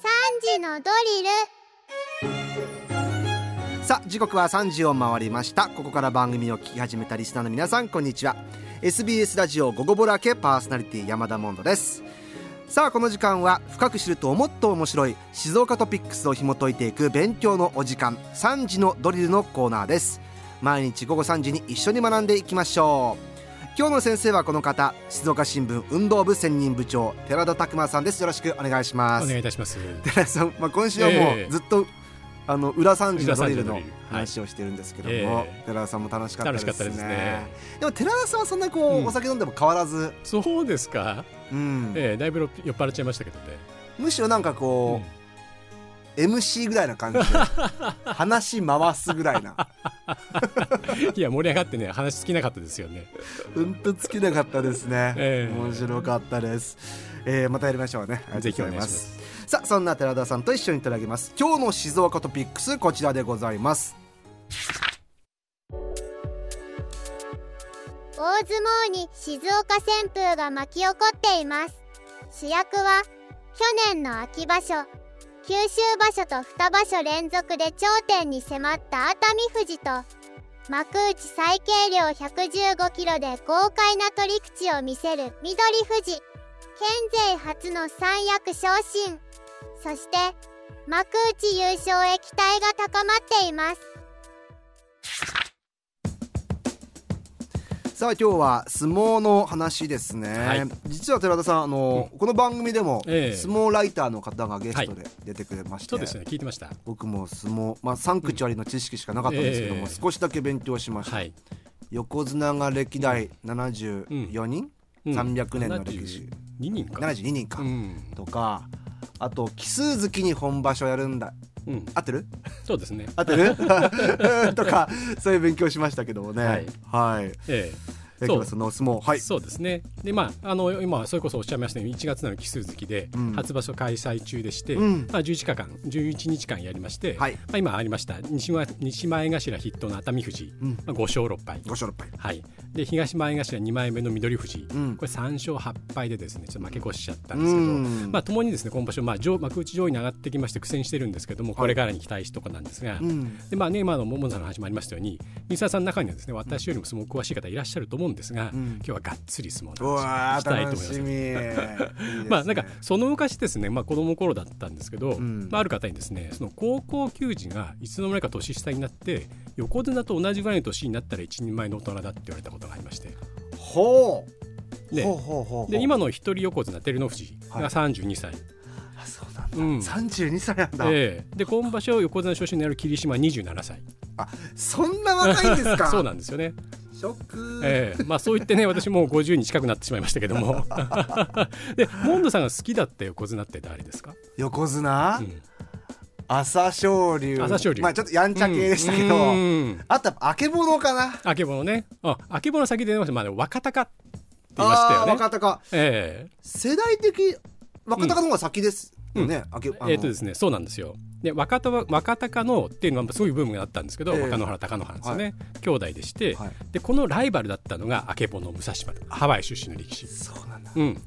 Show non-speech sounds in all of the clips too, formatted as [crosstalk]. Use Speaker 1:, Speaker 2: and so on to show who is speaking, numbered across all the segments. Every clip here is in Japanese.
Speaker 1: 三時のドリル
Speaker 2: さあ時刻は3時を回りましたここから番組を聞き始めたリスナーの皆さんこんにちは SBS ラジオ「午後ぼらけ」パーソナリティ山田モンドですさあこの時間は深く知るともっと面白い静岡トピックスを紐解いていく勉強のお時間3時のドリルのコーナーです毎日午後3時に一緒に学んでいきましょう今日の先生はこの方静岡新聞運動部専任部長寺田拓馬さんですよろしくお願いしま
Speaker 3: お
Speaker 2: す
Speaker 3: 願いいたします。
Speaker 2: 寺井さん、まあ、今週はも
Speaker 3: ええ
Speaker 2: うずっと、あの裏三時の
Speaker 3: 裏
Speaker 2: ド
Speaker 3: 三
Speaker 2: リ
Speaker 3: 時
Speaker 2: ル
Speaker 3: の
Speaker 2: の
Speaker 3: ドリルはい
Speaker 2: 話をしてるんですけども、
Speaker 3: ええ
Speaker 2: 寺田さんも楽しかったですね
Speaker 3: 楽しかったですね
Speaker 2: でも寺田さんはそんなにこう、
Speaker 3: うん
Speaker 2: お酒飲んでも変わらず、
Speaker 3: そうですか。
Speaker 2: うん
Speaker 3: ええだいぶ酔っ払っちゃいましたけ
Speaker 2: [laughs]
Speaker 3: どね。
Speaker 2: むしろなんかこ
Speaker 3: うん
Speaker 2: う、MC ぐらいな感じで話回すぐらいない
Speaker 3: [laughs] や盛り上がってね話尽きなかったですよね。
Speaker 2: うんと尽きなかったですね、
Speaker 3: ええ
Speaker 2: 面白かったです、えーまたやりましょうねありがと
Speaker 3: ぜ
Speaker 2: う
Speaker 3: ひ
Speaker 2: ご
Speaker 3: お
Speaker 2: ざい
Speaker 3: 願いし
Speaker 2: ま
Speaker 3: ますす。
Speaker 2: さあそんな寺田さんと一緒にいただきます今日の静岡トピックスこちらでございます
Speaker 1: 大相撲に静岡旋風が巻き起こっています主役は去年の秋場所九州場所と2場所連続で頂点に迫った熱海富士と幕内最軽量115キロで豪快な取り口を見せる緑富士県勢初の三役昇進そして幕内優勝へ期待が高まっています
Speaker 2: さあ今日は相撲の話ですね、
Speaker 3: はい
Speaker 2: 実は寺田さんあの、この番組でも、
Speaker 3: ええ
Speaker 2: 相撲ライターの方がゲストで出てくれまして、
Speaker 3: そうですね聞いてました。
Speaker 2: 僕も相撲、まあ、3口割りの知識しかなかったんですけども、
Speaker 3: ええ
Speaker 2: 少しだけ勉強しました、
Speaker 3: はい。
Speaker 2: 横綱が歴代74人、
Speaker 3: うん
Speaker 2: 300年の歴史、。
Speaker 3: 二人か。
Speaker 2: 72人か、
Speaker 3: うん。
Speaker 2: とかあと奇数月に本場所やるんだ
Speaker 3: うん。
Speaker 2: 合ってる
Speaker 3: そうですね。
Speaker 2: 合ってる [laughs] とかそういう勉強しましたけどもねは
Speaker 3: はいい、
Speaker 2: はい、
Speaker 3: え
Speaker 2: え
Speaker 3: え
Speaker 2: 今
Speaker 3: そ
Speaker 2: 日
Speaker 3: う
Speaker 2: はその相撲はい
Speaker 3: そうですね。でまああの今それこそおっしゃいましたように1月なの奇数月で、
Speaker 2: うん
Speaker 3: 初場所開催中でして、
Speaker 2: うん
Speaker 3: まあ11日間11日間やりまして、
Speaker 2: はい
Speaker 3: まあ今ありました西前西前頭筆頭の熱海富士、
Speaker 2: うん
Speaker 3: まあ5勝6敗。
Speaker 2: ご勝六敗
Speaker 3: はい、で東前頭2枚目の緑富士、
Speaker 2: うん
Speaker 3: これ3勝8敗でですねちょっと負け越しちゃったんですけど、
Speaker 2: うん
Speaker 3: まあ、共にですね今場所、まあ、上幕内上位に上がってきまして苦戦してるんですけどもこれからに期待しとかなんですが、
Speaker 2: うん
Speaker 3: でまあね、今の桃野さんの話もありましたように三沢さんの中にはですね私よりも相撲詳しい方いらっしゃると思うんですが、
Speaker 2: うん
Speaker 3: 今日はがっつり相撲
Speaker 2: う
Speaker 3: の
Speaker 2: わ
Speaker 3: 話し
Speaker 2: ー
Speaker 3: たいと
Speaker 2: 楽
Speaker 3: 思いま
Speaker 2: し
Speaker 3: す。
Speaker 2: みいいです [laughs] ね
Speaker 3: まあなんかその昔ですね、まあ、子供の頃だったんですけど、
Speaker 2: ん
Speaker 3: まあ、ある方にですねその高校球児がいつの間にか年下になって横綱と同じぐらいの年になったら一人前の大人だって言われたことがありまして
Speaker 2: ほう
Speaker 3: で
Speaker 2: ほうほうほう
Speaker 3: で今の一人横綱照ノ富士
Speaker 2: は
Speaker 3: が
Speaker 2: い
Speaker 3: 32歳、
Speaker 2: あそうなんだ、
Speaker 3: うん
Speaker 2: 32歳なんだ、
Speaker 3: ええで今場所横綱昇進になる霧島27歳
Speaker 2: あそんな若いんですか
Speaker 3: [laughs] そうなんですよね、
Speaker 2: ショック、
Speaker 3: ええまあ、そう言ってね私もう50に近くなってしまいましたけど
Speaker 2: [laughs]
Speaker 3: もでモンドさんが好きだった横綱って誰ですか、
Speaker 2: 横綱、
Speaker 3: うん
Speaker 2: 朝青龍
Speaker 3: 朝青龍
Speaker 2: まあちょっとやんちゃ系でしたけど、
Speaker 3: うん
Speaker 2: あとやっぱあけぼのかな
Speaker 3: あけぼのねああけぼの先で出ました、まあね、若隆って言いました
Speaker 2: あ
Speaker 3: よ
Speaker 2: あー
Speaker 3: ね
Speaker 2: 若隆
Speaker 3: え
Speaker 2: 世代的若隆の方が先ですよね、あけ
Speaker 3: ええっとですすねそうなんですよで若たわ若隆のっていうのはすごいブームがあったんですけど、
Speaker 2: ええ
Speaker 3: 若野原貴野原ですよね、兄弟でして、
Speaker 2: はい
Speaker 3: でこのライバルだったのがあけぼの武蔵丸ハワイ出身の力士
Speaker 2: そうなんだ
Speaker 3: うん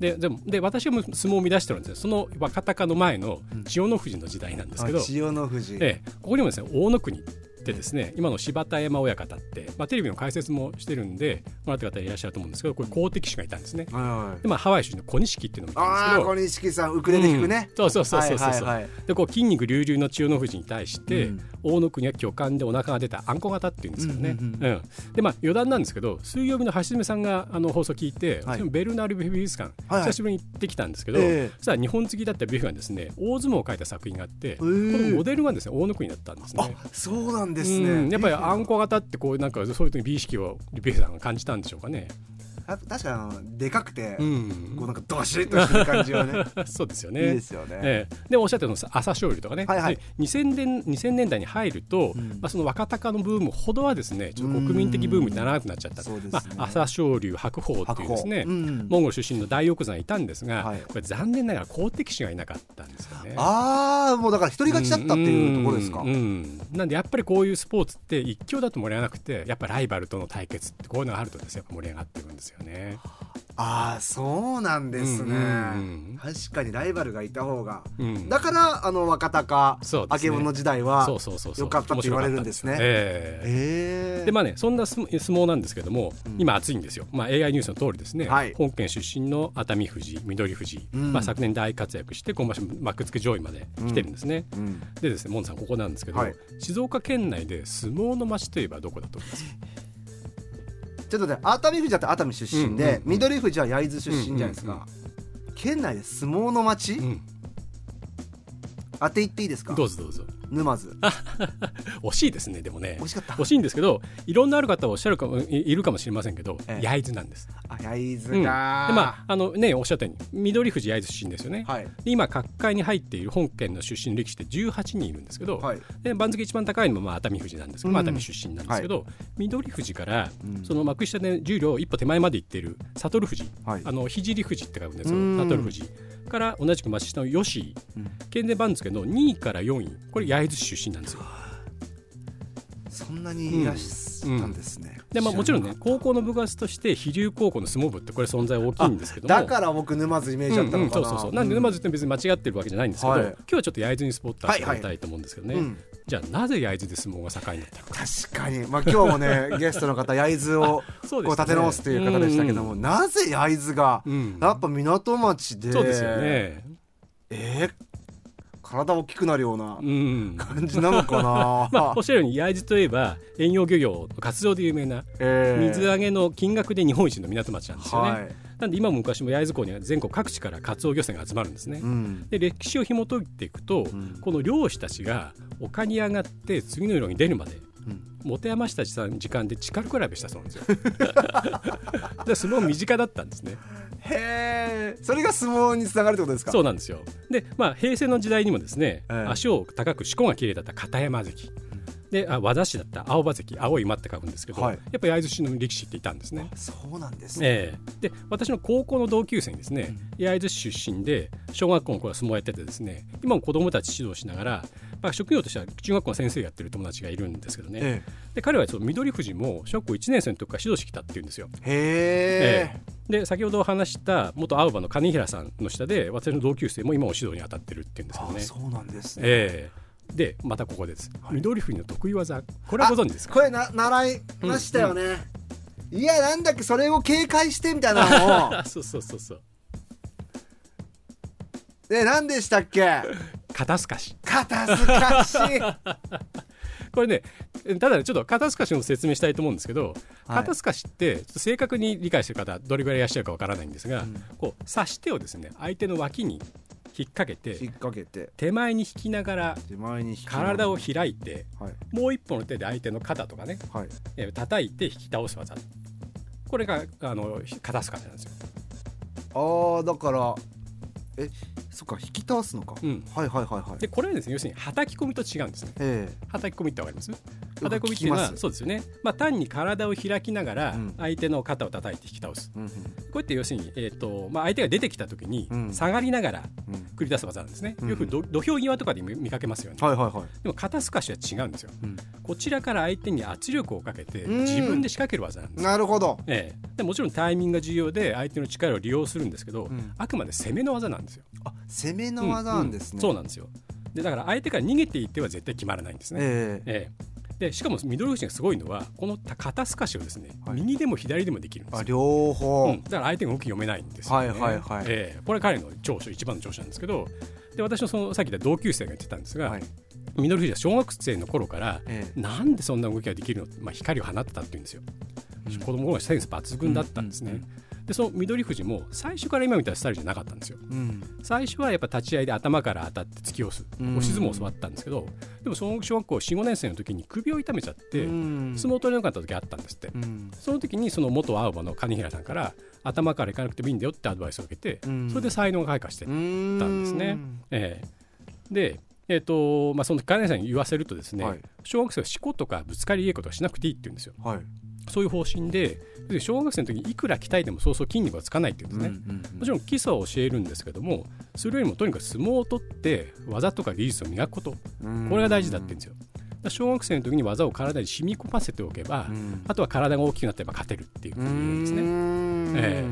Speaker 3: ででもで私も相撲を見出してるんですよその若隆の前の千代の富士の時代なんですけど、
Speaker 2: あ千代の富士、
Speaker 3: ええここにもですね大野国ってですね今の柴田山親方って、まあ、テレビの解説もしてるんでもらった方いらっしゃると思うんですけどこれ公的士がいたんですね
Speaker 2: はいはい
Speaker 3: で、まあ、ハワイ出身の小錦っていうのもいたん
Speaker 2: あ
Speaker 3: です
Speaker 2: あ
Speaker 3: けど
Speaker 2: 小錦さんウクレレ弾くね、
Speaker 3: うんそうそうそうそうそうそう、
Speaker 2: はいはいはい
Speaker 3: でこう筋肉隆々の千代の富士に対して、
Speaker 2: うん
Speaker 3: 大野国は巨漢でお腹が出たあんこ型っていうんですよね、
Speaker 2: うんうん
Speaker 3: でまあ余談なんですけど水曜日の橋爪さんがあの放送聞いて、
Speaker 2: はい
Speaker 3: 私もベルナール美術館、
Speaker 2: はいはい
Speaker 3: 久しぶりに行ってきたんですけど、
Speaker 2: ええ
Speaker 3: そしたら日本好きだったビフがですね大相撲を描いた作品があって、このモデルがですね大野国だったんです
Speaker 2: あ
Speaker 3: ね。
Speaker 2: そうなんですね、
Speaker 3: うんやっぱりあんこ型ってこうなんかそういう時に美意識をビフさんが感じたんでしょうかね。
Speaker 2: やっぱ確かにあのでかくて、
Speaker 3: うん
Speaker 2: こうなんかどしっとしてる感じはね
Speaker 3: そうですよ
Speaker 2: いい
Speaker 3: [laughs] ね。
Speaker 2: ですよね、
Speaker 3: ええ、でおっしゃったの朝青龍とかね、
Speaker 2: はいはい
Speaker 3: で 2000, 年2000年代に入ると、まあ、その若隆のブームほどはですねちょっと国民的ブームにならなくなっちゃった、
Speaker 2: うんそうですね
Speaker 3: まあ、朝青龍白鵬っていうですね、
Speaker 2: 白鵬うん
Speaker 3: モンゴル出身の大横綱がいたんですが、
Speaker 2: はい
Speaker 3: これ残念ながら公的士がいなかったんですよね。
Speaker 2: ああもうだから一人勝ちだったっていうところですか、
Speaker 3: うんうんなんでやっぱりこういうスポーツって一強だと盛り上がらなくてやっぱライバルとの対決ってこういうのがあるとですねやっぱ盛り上がってくるんですよ。よね。
Speaker 2: ああそうなんですね、
Speaker 3: うんうんうん
Speaker 2: 確かにライバルがいた方が
Speaker 3: うん、
Speaker 2: だからあの若鷹
Speaker 3: そうですね
Speaker 2: 明物時代は
Speaker 3: そうそうそうそう
Speaker 2: よかったって言われるんですね
Speaker 3: 面白かったですよ
Speaker 2: え
Speaker 3: ええ
Speaker 2: え
Speaker 3: でまあね、そんな相相撲なんですけども、
Speaker 2: うん
Speaker 3: 今熱いんですよ、まあ、AI ニュースの通りですね、
Speaker 2: はい
Speaker 3: 本県出身の熱海富士、緑富士、
Speaker 2: うん
Speaker 3: まあ、昨年大活躍して今場所幕付き上位まで来てるんですね、
Speaker 2: うん
Speaker 3: でですねモンさんここなんですけど、
Speaker 2: はい
Speaker 3: 静岡県内で相撲の町といえばどこだと思いますか
Speaker 2: ちょっとね熱海富士だって熱海出身で、
Speaker 3: うんうんうん
Speaker 2: 緑富士は焼津出身じゃないですか、
Speaker 3: うんうん
Speaker 2: 県内で相撲の町、
Speaker 3: うん、
Speaker 2: 当て言っていいですか
Speaker 3: どうぞどうぞ
Speaker 2: 沼津
Speaker 3: 惜しいですねでもね
Speaker 2: 惜しかった
Speaker 3: 惜しいんですけどいろんなある方はおっしゃるかもいいるかもしれませんけど、
Speaker 2: ええ
Speaker 3: 焼津なんです。
Speaker 2: あ焼津
Speaker 3: うんで
Speaker 2: か、
Speaker 3: まああのねおっしゃったように緑富士焼津出身ですよね。
Speaker 2: はい
Speaker 3: で今各界に入っている本県の出身力士って18人いるんですけど、
Speaker 2: はい
Speaker 3: で番付一番高いのもまあ熱海富士なんですけど、まあ
Speaker 2: うん
Speaker 3: 熱海出身なんですけど、緑富士から
Speaker 2: うん
Speaker 3: その幕下で十両一歩手前まで行っている悟富士、
Speaker 2: はい
Speaker 3: あの聖富士って書くんですよ
Speaker 2: うん
Speaker 3: 悟富士から同じく幕下の吉井
Speaker 2: うん
Speaker 3: 県で番付の2位から4位これ焼津市出身なんですよ。
Speaker 2: そんなにいらっしゃったんですね、
Speaker 3: でまあ、もちろんね
Speaker 2: 知らな
Speaker 3: 高
Speaker 2: かっ
Speaker 3: 校の部活として飛龍高校の相撲部ってこれ存在大きいんですけど
Speaker 2: た
Speaker 3: も
Speaker 2: だから僕沼津イメージ
Speaker 3: う
Speaker 2: だ
Speaker 3: ん
Speaker 2: った
Speaker 3: う
Speaker 2: の
Speaker 3: ん
Speaker 2: か
Speaker 3: そ
Speaker 2: な、
Speaker 3: うそうそうなんで沼津って別に間違ってるわけじゃないんですけど、
Speaker 2: はい
Speaker 3: 今日はちょっと焼津にスポット当てたいと思うんですけどね、
Speaker 2: うん
Speaker 3: じゃあなぜ焼津で相撲が盛んになったのか
Speaker 2: 確かに、まあ、今日もねゲストの方焼津を
Speaker 3: [laughs] そ
Speaker 2: こ
Speaker 3: う
Speaker 2: う
Speaker 3: で
Speaker 2: 立て
Speaker 3: すね
Speaker 2: 直すという方でしたけども、
Speaker 3: う
Speaker 2: なぜ焼津が、
Speaker 3: うん
Speaker 2: やっぱ港町で
Speaker 3: そうですよね、
Speaker 2: えー、体大きくなるような
Speaker 3: うん
Speaker 2: 感じなのかな、
Speaker 3: [laughs] まあ、おっしゃるように焼津といえば遠洋漁業の活動で有名な
Speaker 2: えー
Speaker 3: 水揚げの金額で日本一の港町なんですよね、
Speaker 2: はい
Speaker 3: なんで今も昔も焼津港には全国各地からカツオ漁船が集まるんですね、
Speaker 2: うん、
Speaker 3: で歴史を紐解いていくと、
Speaker 2: ん
Speaker 3: この漁師たちが丘に上がって次のように出るまで
Speaker 2: うん
Speaker 3: 持て余した時間時間で力比べしたそうなん
Speaker 2: [laughs]
Speaker 3: ですよで相撲身近だったんですね
Speaker 2: へえそれが相撲につながるってことですか
Speaker 3: そううなんですよで、まあ、平成の時代にもですね、
Speaker 2: ええ
Speaker 3: 足を高く四股が綺麗だった片山関であ和田市だった青葉関青い馬って書くんですけど、
Speaker 2: はい
Speaker 3: やっぱり会津市の力士っていたんですね。
Speaker 2: そうなんですね、
Speaker 3: ええで私の高校の同級生にですね焼津市出身で小学校の頃は相撲やっててですね今も子供たち指導しながら、まあ、職業としては中学校の先生やってる友達がいるんですけどね、
Speaker 2: え
Speaker 3: で彼はその緑富士も小学校1年生の時から指導してきたっていうんですよ。
Speaker 2: えへえ、
Speaker 3: で先ほどお話した元青葉の金平さんの下で私の同級生も今も指導に当たってるっていうんですけど
Speaker 2: あ
Speaker 3: ね。
Speaker 2: そうなんですね、
Speaker 3: ええでまたここです、緑富士の得意技これはご存知ですか
Speaker 2: これな習いましたよね、いやなんだっけそれを警戒してみたいなのを
Speaker 3: [laughs] そうそうそうそう
Speaker 2: ね何でしたっけ
Speaker 3: 肩透かし
Speaker 2: 肩すか
Speaker 3: [laughs]
Speaker 2: し
Speaker 3: これねただねちょっと肩透かしの説明したいと思うんですけ
Speaker 2: は
Speaker 3: ど、
Speaker 2: い
Speaker 3: 肩透かしってちょっと正確に理解してる方どれぐらいいらっしゃるかわからないんですが、
Speaker 2: ん
Speaker 3: こう差し手をですね相手の脇に引っ掛けて
Speaker 2: 引っ掛けて
Speaker 3: 手前に引きながら
Speaker 2: 手前に引き
Speaker 3: 体を開いて
Speaker 2: はい
Speaker 3: もう一本の手で相手の肩とかね
Speaker 2: はい
Speaker 3: えー叩いて引き倒す技これがあの肩透かしなんですよ。
Speaker 2: あーだからえそっか引き倒すのか、
Speaker 3: うん
Speaker 2: はいはいはいはい
Speaker 3: でこれはですね要するに叩き込みと違うんですね。
Speaker 2: え
Speaker 3: 叩き込みってわかります
Speaker 2: え
Speaker 3: 叩き込みっていうの
Speaker 2: よく聞き
Speaker 3: は
Speaker 2: ます
Speaker 3: そうですよね、まあ、単に体を開きながら
Speaker 2: うん
Speaker 3: 相手の肩を叩いて引き倒す、
Speaker 2: うんうん
Speaker 3: こうやって要するに、えーとまあ、相手が出てきた時に
Speaker 2: うん
Speaker 3: 下がりながら
Speaker 2: うん
Speaker 3: 繰り出す技なんですね、
Speaker 2: うん
Speaker 3: よくど土俵際とかで見見かけますよね、
Speaker 2: はいはいはい
Speaker 3: でも肩透かしは違うんですよ、
Speaker 2: うん
Speaker 3: こちらから相手に圧力をかけて
Speaker 2: うん
Speaker 3: 自分で仕掛ける技なんですよ、
Speaker 2: なるほど
Speaker 3: ええでもちろんタイミングが重要で相手の力を利用するんですけど、
Speaker 2: うん
Speaker 3: あくまで攻めの技なんですよ
Speaker 2: あ攻めの技なんですね、
Speaker 3: ううそうなんですよでだから相手から逃げていっては絶対決まらないんですね、
Speaker 2: ええ
Speaker 3: ええ、でしかもミドルフジがすごいのはこの肩透かしをですね、
Speaker 2: はい
Speaker 3: 右でも左でもできるんです
Speaker 2: あ
Speaker 3: よ、
Speaker 2: 両方、
Speaker 3: うんだから相手が動き読めないんですよ、ね
Speaker 2: はいはいはい
Speaker 3: ええこれ彼の長所一番の長所なんですけどで私のそのさっき言った同級生が言ってたんですが、
Speaker 2: はい
Speaker 3: ミドルフジは小学生の頃から、
Speaker 2: ええ
Speaker 3: なんでそんな動きができるのって、まあ、光を放ってたっていうんですよ、
Speaker 2: うん
Speaker 3: 子供の頃はセンス抜群だったんですね、
Speaker 2: うんうん
Speaker 3: でその緑富士も最初から今みたいなスタイルじゃなかったんですよ
Speaker 2: うん、
Speaker 3: 最初はやっぱ立ち合いで頭から当たって突き押す
Speaker 2: うん
Speaker 3: 押し相撲を教わったんですけどでもその小学校45年生の時に首を痛めちゃって
Speaker 2: うん
Speaker 3: 相撲を取れなかった時あったんですって
Speaker 2: うん
Speaker 3: その時にその元青葉の金平さんから頭からいかなくてもいいんだよってアドバイスを受けて
Speaker 2: うん
Speaker 3: それで才能が開花していっ
Speaker 2: ん
Speaker 3: たんですね。ええでえーとまあ、その金平さんに言わせるとですね、
Speaker 2: はい
Speaker 3: 小学生はしことかぶつかり稽古とかしなくていいって言うんですよ
Speaker 2: はい、
Speaker 3: そういう方針でで小学生の時にいくら鍛えてもそうそう筋肉がつかないって言うんですね、もちろん基礎を教えるんですけどもそれよりもとにかく相撲を取って技とか技術を磨くこと
Speaker 2: ろん
Speaker 3: これが大事だって言うんですよ。ら小学生の時に技を体に染み込ませておけば、
Speaker 2: うん
Speaker 3: あとは体が大きくなってれば勝てるっていうことなんですね。
Speaker 2: ね
Speaker 3: え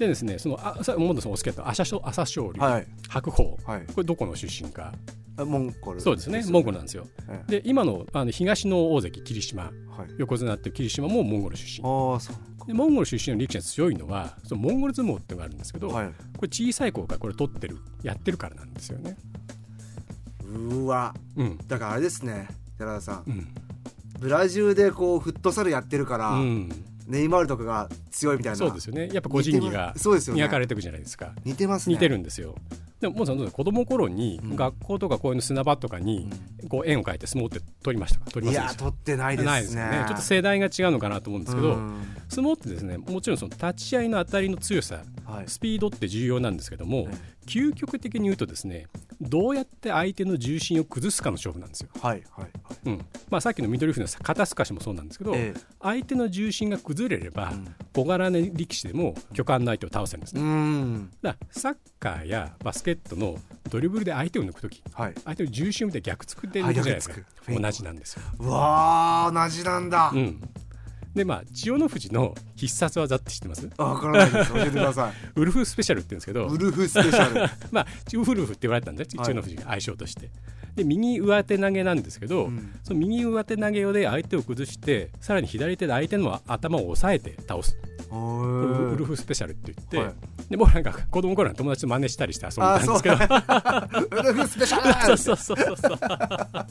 Speaker 3: でですねそのあさモンドさんお好きだった朝青朝青龍、
Speaker 2: はい
Speaker 3: 白鵬
Speaker 2: はい
Speaker 3: これどこの出身か
Speaker 2: あモンゴル
Speaker 3: そうですねモンゴルなんですよ。
Speaker 2: ええ
Speaker 3: で今のあの東の大関霧島
Speaker 2: はい
Speaker 3: 横綱っていう霧島もモンゴル出身
Speaker 2: ああそう
Speaker 3: でモンゴル出身の力士が強いのはそのモンゴル相撲っていうのがあるんですけど、
Speaker 2: かはい
Speaker 3: これ小さい頃からこれ取ってるやってるからなんですよね。
Speaker 2: うわ
Speaker 3: うん
Speaker 2: だからあれですね寺田さん
Speaker 3: うん
Speaker 2: ブラジルでこうフットサルやってるから、
Speaker 3: うん、
Speaker 2: ネイマールとかが強いみたいな
Speaker 3: そうですよねやっぱ個人
Speaker 2: 似
Speaker 3: 技が
Speaker 2: てますそうですよね
Speaker 3: 磨かれていくじゃないですか
Speaker 2: 似てますね
Speaker 3: 似てるんですよ。でももうさんどうぞ子供の頃に
Speaker 2: うん
Speaker 3: 学校とか公園の砂場とかにこう円を描いて相撲って取りましたか取
Speaker 2: い
Speaker 3: りません
Speaker 2: や
Speaker 3: でした
Speaker 2: 取ってないですね
Speaker 3: ないですよねちょっと世代が違うのかなと思うんですけど、
Speaker 2: うん
Speaker 3: 相撲ってですねもちろんその立ち合いの当たりの強さ
Speaker 2: はい
Speaker 3: スピードって重要なんですけども、
Speaker 2: はい
Speaker 3: 究極的に言うとですねどうやって相手の重心を崩すかの勝負なんですよ、
Speaker 2: はいはい
Speaker 3: うんまあ、さっきのミドルフの肩すかしもそうなんですけど、
Speaker 2: ええ
Speaker 3: 相手の重心が崩れれば、
Speaker 2: うん
Speaker 3: 小柄な力士でも巨漢の相手を倒せるんです
Speaker 2: う
Speaker 3: ね、
Speaker 2: ん
Speaker 3: だからサッカーやバスケットのドリブルで相手を抜く時
Speaker 2: はい
Speaker 3: 相手の重心を見て逆突くって
Speaker 2: は
Speaker 3: 抜
Speaker 2: い
Speaker 3: くじゃないですか
Speaker 2: 逆突くフェイント
Speaker 3: 同じなんですよ、
Speaker 2: うわー同じなんだ、
Speaker 3: うん、でまあ千代の富士の必殺技って知ってます
Speaker 2: あわからないです教えてくだ
Speaker 3: [laughs]
Speaker 2: さい
Speaker 3: ウルフスペシャルって言うんですけど
Speaker 2: ウルフスペシャル
Speaker 3: [laughs] まあ、ウフルフって言われたんですね、
Speaker 2: はい
Speaker 3: 千代の富士が愛称として。で右上手投げなんですけど、
Speaker 2: うん
Speaker 3: その右上手投げで相手を崩してさらに左手で相手の頭を押さえて倒す
Speaker 2: お
Speaker 3: これウ
Speaker 2: ー
Speaker 3: ルフスペシャルって言って、
Speaker 2: はい
Speaker 3: でもうなんか子供の頃の友達と真似したりして遊んでた
Speaker 2: あ
Speaker 3: んで
Speaker 2: そう
Speaker 3: すけど
Speaker 2: [laughs] ウルフスペシャ
Speaker 3: [laughs] そ
Speaker 2: ル
Speaker 3: うそうそうそうそう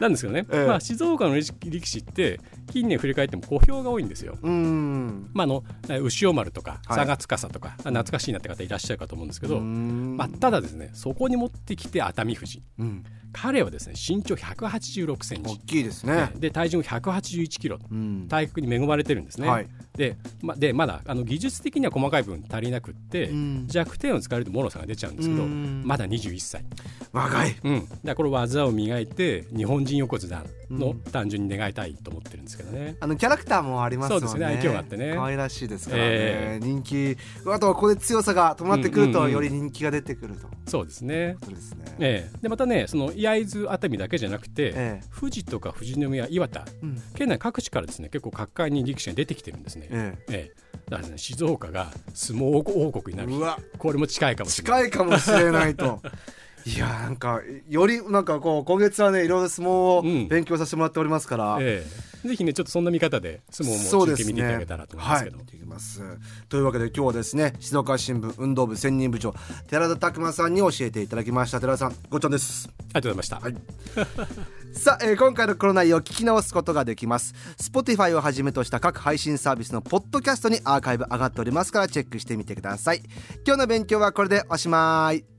Speaker 3: なんですけどね、
Speaker 2: ええ
Speaker 3: まあ、静岡の力士って近年振り返っても小兵が多いんですよ。
Speaker 2: うん
Speaker 3: まあ、あの牛尾丸とか
Speaker 2: はい
Speaker 3: 佐賀司とか、懐かしいなって方いらっしゃるかと思うんですけど、
Speaker 2: うん
Speaker 3: まあ、ただですねそこに持ってきて熱海富士
Speaker 2: うん
Speaker 3: 彼はですね身長186セン
Speaker 2: 大
Speaker 3: チ
Speaker 2: きいですね
Speaker 3: で体重も181キロ
Speaker 2: うん
Speaker 3: 体格に恵まれてるんですね、
Speaker 2: はい
Speaker 3: でまでまだあの技術的には細かい分足りなくって、
Speaker 2: うん
Speaker 3: 弱点を使われるともろさが出ちゃうんですけど、
Speaker 2: うん
Speaker 3: まだ21歳、
Speaker 2: 若い
Speaker 3: うん、だからこれ技を磨いて日本人横綱の単純に願いたいと思ってるんですけどね、
Speaker 2: あのキャラクターもありますもんね。
Speaker 3: そうですね愛嬌があってね
Speaker 2: 可愛らしいですからね。
Speaker 3: え
Speaker 2: 人気。あとはここで強さが伴ってくる
Speaker 3: うん
Speaker 2: と、
Speaker 3: うんうん
Speaker 2: より人気が出てくると。
Speaker 3: そうですね
Speaker 2: そうですね。
Speaker 3: ええ、でまたねその焼津熱海だけじゃなくて、
Speaker 2: ええ
Speaker 3: 富士とか富士宮岩手
Speaker 2: うん
Speaker 3: 県内各地からですね結構各界に力士が出てきてるんですね、
Speaker 2: え
Speaker 3: ええだからですね静岡が相撲王国に
Speaker 2: え
Speaker 3: なる
Speaker 2: うわ、
Speaker 3: これも近いかもしれない
Speaker 2: 近いかもしれない
Speaker 3: [laughs]
Speaker 2: と。いやなんかよりなんかこう今月はねいろいろ相撲を
Speaker 3: うん
Speaker 2: 勉強させてもらっておりますから、
Speaker 3: ええ、ぜひねちょっとそんな見方で相撲
Speaker 2: そ
Speaker 3: も
Speaker 2: う
Speaker 3: 聞
Speaker 2: で
Speaker 3: いて
Speaker 2: す
Speaker 3: み
Speaker 2: ね
Speaker 3: ていただけたらと思いますけど
Speaker 2: はい、見ていきますというわけで今日はですね静岡新聞運動部専任部長寺田拓磨さんに教えていただきました寺田さんごっちゃんです
Speaker 3: ありがとうございました、
Speaker 2: はいさあ、えー今回のこの内容を聞き直すことができます Spotify をはじめとした各配信サービスのポッドキャストにアーカイブ上がっておりますからチェックしてみてください今日の勉強はこれでおしまい